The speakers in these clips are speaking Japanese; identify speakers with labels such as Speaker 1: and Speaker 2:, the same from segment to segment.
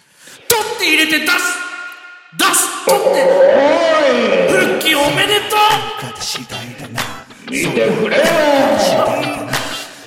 Speaker 1: って入れて出す出す取って復帰おめでとう
Speaker 2: 見てくれよやる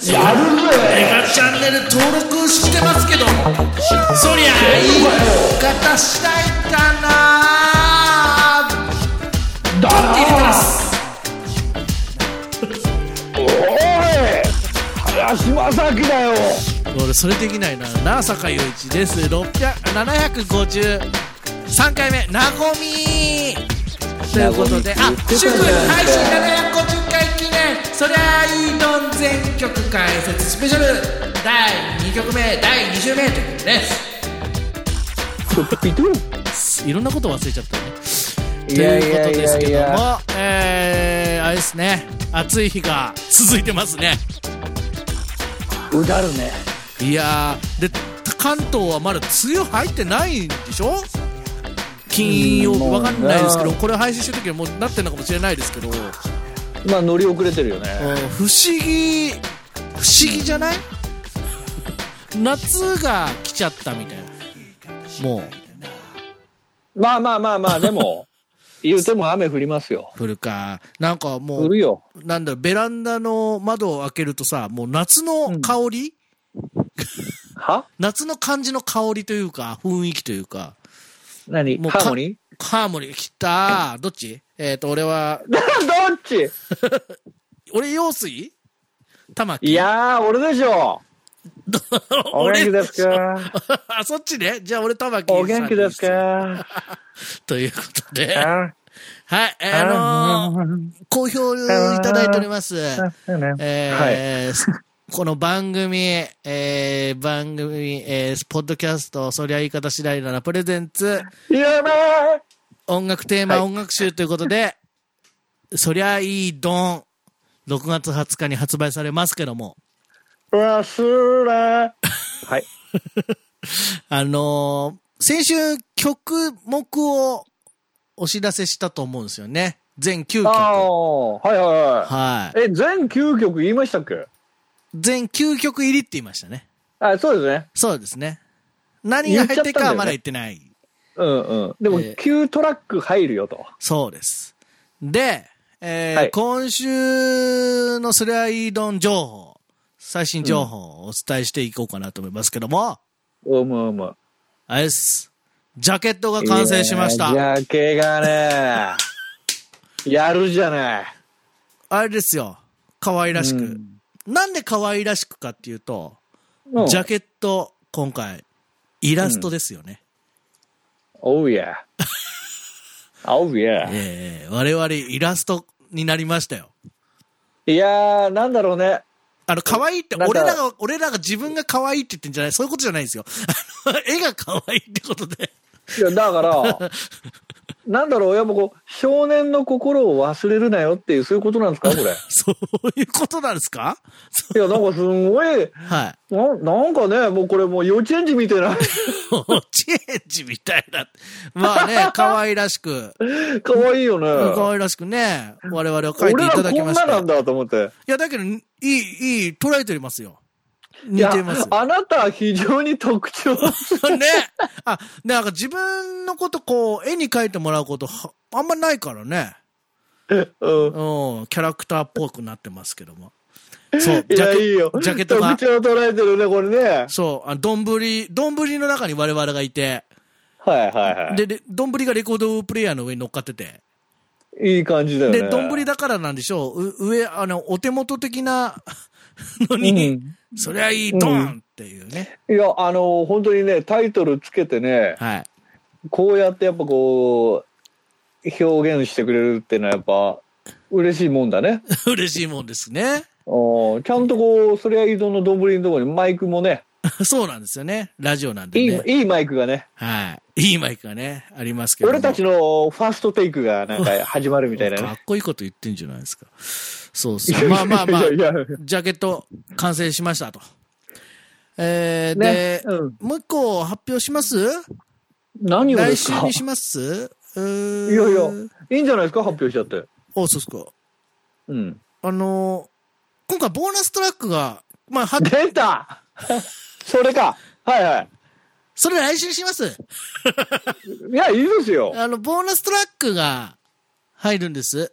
Speaker 2: ぜ
Speaker 1: メガチャンネル登録してますけどそりゃいい方したいかな
Speaker 2: だ
Speaker 1: って入れてます
Speaker 2: おい林正樹だよ
Speaker 1: 俺それできないななあ坂雄一です600 753回目なごみということであ
Speaker 2: なごみって言って
Speaker 1: 祝
Speaker 2: たじゃん
Speaker 1: 配信750回記念そりゃいいどん全曲解説スペシャル第2曲目第2週目ということで
Speaker 2: ちょっとピトゥ
Speaker 1: すいろんなこと忘れちゃったねと
Speaker 2: いやい
Speaker 1: いうこ
Speaker 2: や
Speaker 1: と
Speaker 2: い
Speaker 1: です
Speaker 2: や
Speaker 1: け
Speaker 2: い
Speaker 1: ども
Speaker 2: や
Speaker 1: えー、あれですね暑い日が続いてますね
Speaker 2: うだるね
Speaker 1: いやーで関東はまだ梅雨入ってないんでしょ金曜
Speaker 2: うん
Speaker 1: 日
Speaker 2: もう
Speaker 1: わかんないですけど
Speaker 2: な
Speaker 1: これ配信してる時はもうなってるのかもしれないですけど、うん
Speaker 2: まあ乗り遅れてるよね
Speaker 1: 不思議不思議じゃない夏が来ちゃったみたいなもう
Speaker 2: まあまあまあまあで も言うても雨降りますよ
Speaker 1: 降るかなんかも
Speaker 2: 降
Speaker 1: う
Speaker 2: るよ
Speaker 1: なんだろうベランダの窓を開けるとさもう夏の香り、
Speaker 2: は
Speaker 1: 夏の感じの香りというか雰囲気というか
Speaker 2: 何
Speaker 1: もう
Speaker 2: ハーモニー
Speaker 1: ハーモニー来たどっちえっ、と俺は
Speaker 2: どっち
Speaker 1: 俺用水玉木
Speaker 2: いやー俺でし ょお元気ですか
Speaker 1: あそっちねじゃあ俺玉木さん
Speaker 2: お元気です か
Speaker 1: ということで
Speaker 2: あ
Speaker 1: はいえーあのー好評いただいておりますえ
Speaker 2: はい
Speaker 1: ーこの番組、えー番組、えーポッドキャスト、そりゃ言い方次第だな、プレゼンツ、
Speaker 2: やばい
Speaker 1: 音楽テーマ、
Speaker 2: はい
Speaker 1: 音楽集ということで、そりゃいいドン、6月20日に発売されますけども、
Speaker 2: 忘れはい
Speaker 1: あのー先週曲目をお知らせしたと思うんですよね。全9
Speaker 2: あ
Speaker 1: 曲。
Speaker 2: あはいは
Speaker 1: はい
Speaker 2: い。え全9曲言いましたっけ
Speaker 1: 全9曲入りって言いましたね。
Speaker 2: あそうですね
Speaker 1: そうですね。何が入ってるかはまだ言ってない。
Speaker 2: うんうんでも
Speaker 1: えー
Speaker 2: 9トラック入るよと
Speaker 1: そうです。で、えー
Speaker 2: はい
Speaker 1: 今週のスライドン情報、最新情報をお伝えしていこうかなと思いますけども、
Speaker 2: うむうむ
Speaker 1: あれです。ジャケットが完成しました。
Speaker 2: いやー毛が ねやるじゃない
Speaker 1: あれですよ。可愛らしく。
Speaker 2: うん
Speaker 1: なんで可愛らしくかっていうと、
Speaker 2: うん
Speaker 1: ジャケット、今回、イラストですよね。
Speaker 2: Oh yeah Oh yeah
Speaker 1: ええ我々イラストになりましたよ。
Speaker 2: いやーなんだろうね
Speaker 1: あの、可愛いって、
Speaker 2: なん
Speaker 1: 俺
Speaker 2: から
Speaker 1: が、俺らが自分が可愛いって言ってんじゃないそういうことじゃないですよ。 あの絵が可愛いってことで。
Speaker 2: いやだから なんだろうやっぱこう少年の心を忘れるなよっていうそういうことなんですか これい
Speaker 1: そういうことなんですかそ
Speaker 2: やなんかすんごいう
Speaker 1: はい。
Speaker 2: ななんかねもうこれもう幼稚園児みたい な
Speaker 1: チェンジみたいな。まあ ね、可愛らしく、
Speaker 2: 可愛いよね
Speaker 1: 可愛らしくね、我々は描いていた
Speaker 2: 俺
Speaker 1: だ
Speaker 2: ら
Speaker 1: き
Speaker 2: こ
Speaker 1: ま
Speaker 2: ん
Speaker 1: し
Speaker 2: な
Speaker 1: た
Speaker 2: な
Speaker 1: よ
Speaker 2: ん。だと思って
Speaker 1: いや、だけど、いい、いい、捉えておりますよ。
Speaker 2: い
Speaker 1: 似
Speaker 2: や
Speaker 1: ていますよ。
Speaker 2: あなたは非常に特 徴
Speaker 1: ね。あ、なんか自分のことこう、絵に描いてもらうことは、あんまないからね。
Speaker 2: うん
Speaker 1: うん、キャラクターっぽくなってますけ ども。そう、
Speaker 2: い
Speaker 1: ジャ
Speaker 2: や
Speaker 1: ケ
Speaker 2: いいよ
Speaker 1: ジャケットが
Speaker 2: 特、徴を捉えてるねこれね
Speaker 1: そう、あの、どんぶり、どんぶりの中に我々がいて、
Speaker 2: はいはいは
Speaker 1: で、でどんぶりがレコードプレイヤーの上に乗っかってて、
Speaker 2: いいい感じだよね
Speaker 1: で、どんぶりだからなんでしょう、う上、あの、お手元的な の
Speaker 2: うん
Speaker 1: に、そりゃいい、ドーンっていうね。
Speaker 2: いやあの本当にねタイトルつけてね
Speaker 1: はい。
Speaker 2: こうやってやっぱこう表現してくれるっていうのはやっぱ嬉しいもんだ ね
Speaker 1: 嬉しいもんですね。
Speaker 2: うんちゃんとこうそれは依存のどんぶりのところにマイクもね
Speaker 1: そうなんですよね。ラジオなんで
Speaker 2: いい
Speaker 1: ね。
Speaker 2: いいマイクがね
Speaker 1: はい。いいマイクがね、ありますけども。
Speaker 2: 俺たちのファーストテイクがなんか始まるみたいな
Speaker 1: か
Speaker 2: ね
Speaker 1: っこいいこと言ってんじゃないですか。そうそう。まあまあまあ
Speaker 2: いや、いやいや
Speaker 1: ジャケット完成しましたと。えー
Speaker 2: ね
Speaker 1: で、
Speaker 2: うん
Speaker 1: もう一個発表します
Speaker 2: 何をで
Speaker 1: 来
Speaker 2: す
Speaker 1: 週
Speaker 2: か
Speaker 1: にしますう
Speaker 2: い
Speaker 1: ーん
Speaker 2: やいやいいんじゃないですか発表しちゃって
Speaker 1: お、そうっすか。
Speaker 2: うん
Speaker 1: あのー今回ボーナストラックが、まあ、は
Speaker 2: 出たそれかはいはい
Speaker 1: それ来週します。
Speaker 2: いや、いいですよ。
Speaker 1: あの、ボーナストラックが入るんです。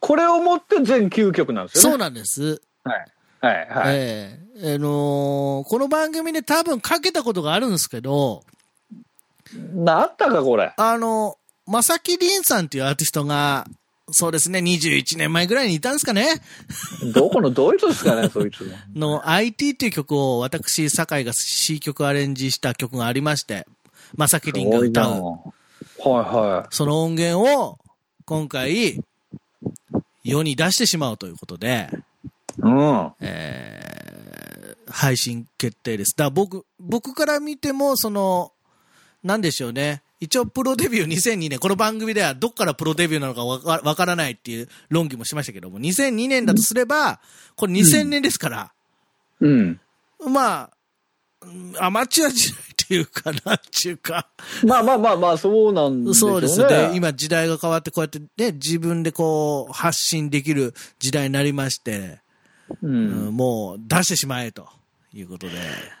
Speaker 2: これをもって全9曲なんです
Speaker 1: そう
Speaker 2: よね。
Speaker 1: なんです。
Speaker 2: はい。はい。はい。
Speaker 1: ええあのーこの番組で多分かけたことがあるんですけど、
Speaker 2: なあったか、これ。
Speaker 1: あの、まさきりんさんっていうアーティストが、そうですね、21年前ぐらいにいたんですかね
Speaker 2: どこのどいつですか ね、そいつも。
Speaker 1: の IT っていう曲を私、酒井が C 曲アレンジした曲がありまして、まさきりんが歌
Speaker 2: すご
Speaker 1: う。
Speaker 2: いなはいは
Speaker 1: その音源を、今回、世に出してしまうということで、
Speaker 2: い。うん。
Speaker 1: えー配信決定です。だから僕、僕から見ても、その、なんでしょうね。一応プロデビュー2002年、この番組ではどっからプロデビューなのかわかわからないっていう論議もしましたけども、2002年だとすれば、これ2000年ですから、
Speaker 2: うん。
Speaker 1: まあ、うんアマチュア時代っていうかな、っていうか。
Speaker 2: まあまあまあまあ、そうなんでしょ
Speaker 1: そうう
Speaker 2: ね。
Speaker 1: ですね。今時代が変わって、こうやってね、自分でこう、発信できる時代になりまして、
Speaker 2: う。
Speaker 1: うんんもう出してしまえということで。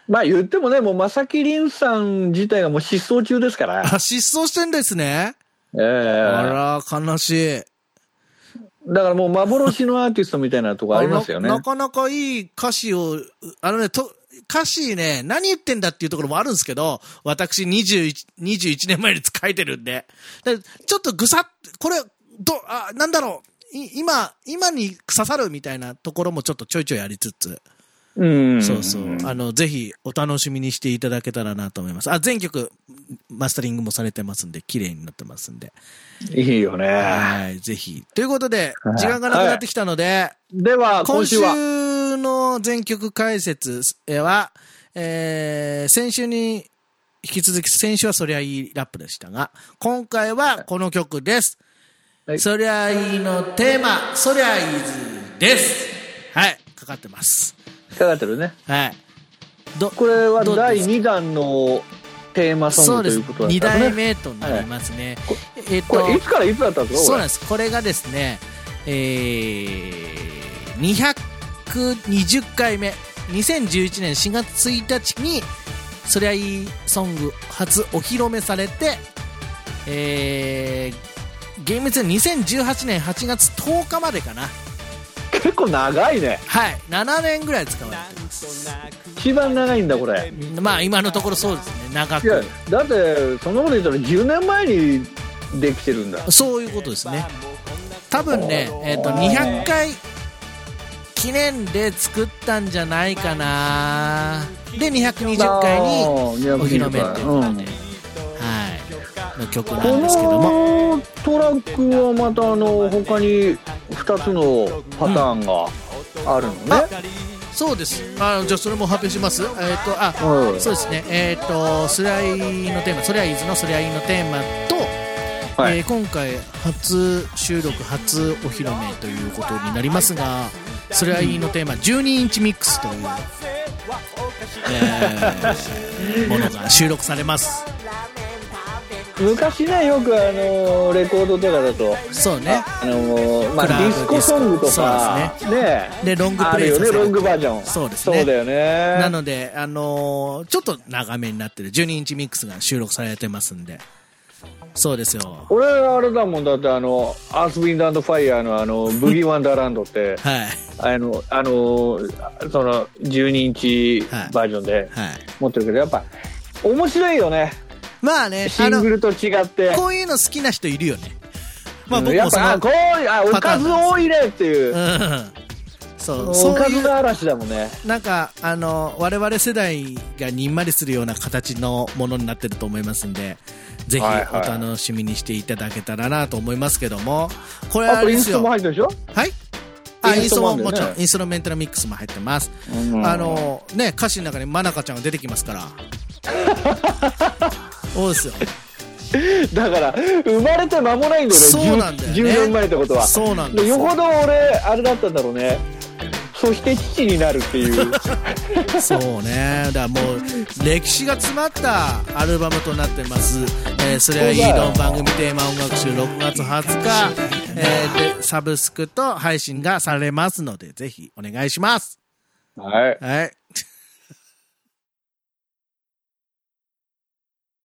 Speaker 2: まあ言ってもね、もう、まさきりんさん自体がもう失踪中です から。
Speaker 1: あ、失踪してんですね。
Speaker 2: ええ
Speaker 1: あら、悲しい。
Speaker 2: だからもう幻のアーティストみたいなとこありますよね
Speaker 1: な。なかなかいい歌詞を、うあのね、と、歌詞ね、何言ってんだっていうところもあるんですけど、私21、21年前に書いてるんで。でちょっとぐさっ、これ、ど、あ、なんだろう、い今、今に刺さるみたいなところもちょっとちょいちょいありつつ、
Speaker 2: うん。
Speaker 1: そうそう。あの、ぜひお楽しみにしていただけたらなと思います。あ、全曲、マスタリングもされてますんで、綺麗になってますんで。
Speaker 2: いいよね。
Speaker 1: はい、ぜひ。ということで
Speaker 2: は、い
Speaker 1: 時間がなくなってきたので、
Speaker 2: では、今
Speaker 1: 今
Speaker 2: 週は。
Speaker 1: 週の全曲解説は、えー、先週に、引き続き、先週はそりゃいいラップでしたが、今回はこの曲です。
Speaker 2: はい
Speaker 1: そりゃいいのテーマ、そりゃいいずです。はい、かかってます。
Speaker 2: かかってるね。
Speaker 1: はい。ど、
Speaker 2: これは
Speaker 1: どうです
Speaker 2: 第2弾のテーマソ
Speaker 1: そ
Speaker 2: ン
Speaker 1: う
Speaker 2: グ
Speaker 1: で
Speaker 2: とい
Speaker 1: す。
Speaker 2: うことなんで
Speaker 1: 二
Speaker 2: すね。
Speaker 1: 代目となりますね。えっ
Speaker 2: これ、いつからいつだったんです
Speaker 1: そうな
Speaker 2: か
Speaker 1: んです。これがですね、えー、220回目、2011年4月1日に、そりゃいいソング初お披露目されて、えー、厳密に2018年8月10日までかな。
Speaker 2: これ。結構長いね。
Speaker 1: はい。7年ぐらい使われてます。
Speaker 2: 一番長いんだ、これ。
Speaker 1: まあ、今のところそうですね。長
Speaker 2: いや
Speaker 1: く。、
Speaker 2: だって、そんなこと言ったら10年前にできてるんだ。
Speaker 1: そういうことですね。多分ね、えっ、と、200回記念で作ったんじゃないかなで、220回に、はい、
Speaker 2: お
Speaker 1: お披露目っていうことでの曲なんですけども。
Speaker 2: このトラックはまたあの他に2つのパターンがあるのね、
Speaker 1: そうです。あじゃあそれも発表します。えっ、と、あ、
Speaker 2: はい
Speaker 1: そうですね。えっ、と、スライのテーマ、そりゃいいずのスライのテーマと、
Speaker 2: はい
Speaker 1: えー今回初収録初お披露目ということになりますが、そりゃいいのテーマ12インチミックスという、 えーものが収録されます。
Speaker 2: 昔ねよくあのレコードとかだと
Speaker 1: そうね。
Speaker 2: あの、まあ、
Speaker 1: ク
Speaker 2: デ
Speaker 1: ラブ
Speaker 2: ィスコソングとか
Speaker 1: デ
Speaker 2: ね
Speaker 1: でロング
Speaker 2: あ
Speaker 1: プ
Speaker 2: る
Speaker 1: レイ
Speaker 2: よ
Speaker 1: させ
Speaker 2: ね
Speaker 1: て
Speaker 2: ロングバージョン
Speaker 1: そうですね
Speaker 2: だよね
Speaker 1: なので、あのーちょっと長めになってる12インチミックスが収録されてますんで、そうですよ。
Speaker 2: 俺あれだもんだってあのアースウィンドアンドファイヤーのあのブギ ーワンダーランドって
Speaker 1: はい。
Speaker 2: あのあのその12インチバージョンで
Speaker 1: はい。
Speaker 2: 持ってるけどやっぱ面白いよね
Speaker 1: まあね、
Speaker 2: シ
Speaker 1: あ
Speaker 2: ング
Speaker 1: の、
Speaker 2: ルと違って
Speaker 1: こういうの好きな人いるよね。まあ僕
Speaker 2: や
Speaker 1: も
Speaker 2: っ
Speaker 1: そ
Speaker 2: ぱ
Speaker 1: の
Speaker 2: あ、こうあお
Speaker 1: パター
Speaker 2: か
Speaker 1: ン
Speaker 2: ず
Speaker 1: なんです
Speaker 2: 多いねっていう、
Speaker 1: うん。そう、
Speaker 2: お
Speaker 1: そう
Speaker 2: か
Speaker 1: い
Speaker 2: ず
Speaker 1: う、
Speaker 2: が嵐だもんね
Speaker 1: なんか、あの、我々世代がにんまりするような形のものになってると思いますんで、ぜひ
Speaker 2: はい
Speaker 1: お
Speaker 2: はい
Speaker 1: 楽しみにしていただけたらなと思いますけども、これは
Speaker 2: あ
Speaker 1: あ
Speaker 2: と
Speaker 1: れ
Speaker 2: イ
Speaker 1: で
Speaker 2: ン
Speaker 1: す
Speaker 2: スト
Speaker 1: よ。
Speaker 2: も入ってるでしょ、
Speaker 1: はい。あ、イ
Speaker 2: イ
Speaker 1: ン
Speaker 2: ン
Speaker 1: ス
Speaker 2: ス
Speaker 1: ト
Speaker 2: ト
Speaker 1: も
Speaker 2: もあ
Speaker 1: も
Speaker 2: るんだ
Speaker 1: ち
Speaker 2: よね
Speaker 1: ろん、インストルメンタルミックスも入ってます。
Speaker 2: うん
Speaker 1: あの、ね、歌詞の中にまなかちゃんが出てきます から。そうですよ。
Speaker 2: だから生まれて間もないんだよね
Speaker 1: そうなんだよね
Speaker 2: 10, 年前ってことは
Speaker 1: そうなんで
Speaker 2: ですよほど俺あれだったんだろうねそして父になるって いう
Speaker 1: そうね。だからもう、歴史が詰まったアルバムとなってます。えーそれはいいの番組テーマ音楽集6月20日、えーで、サブスクと配信がされますので、ぜひお願いします。
Speaker 2: はい
Speaker 1: はい。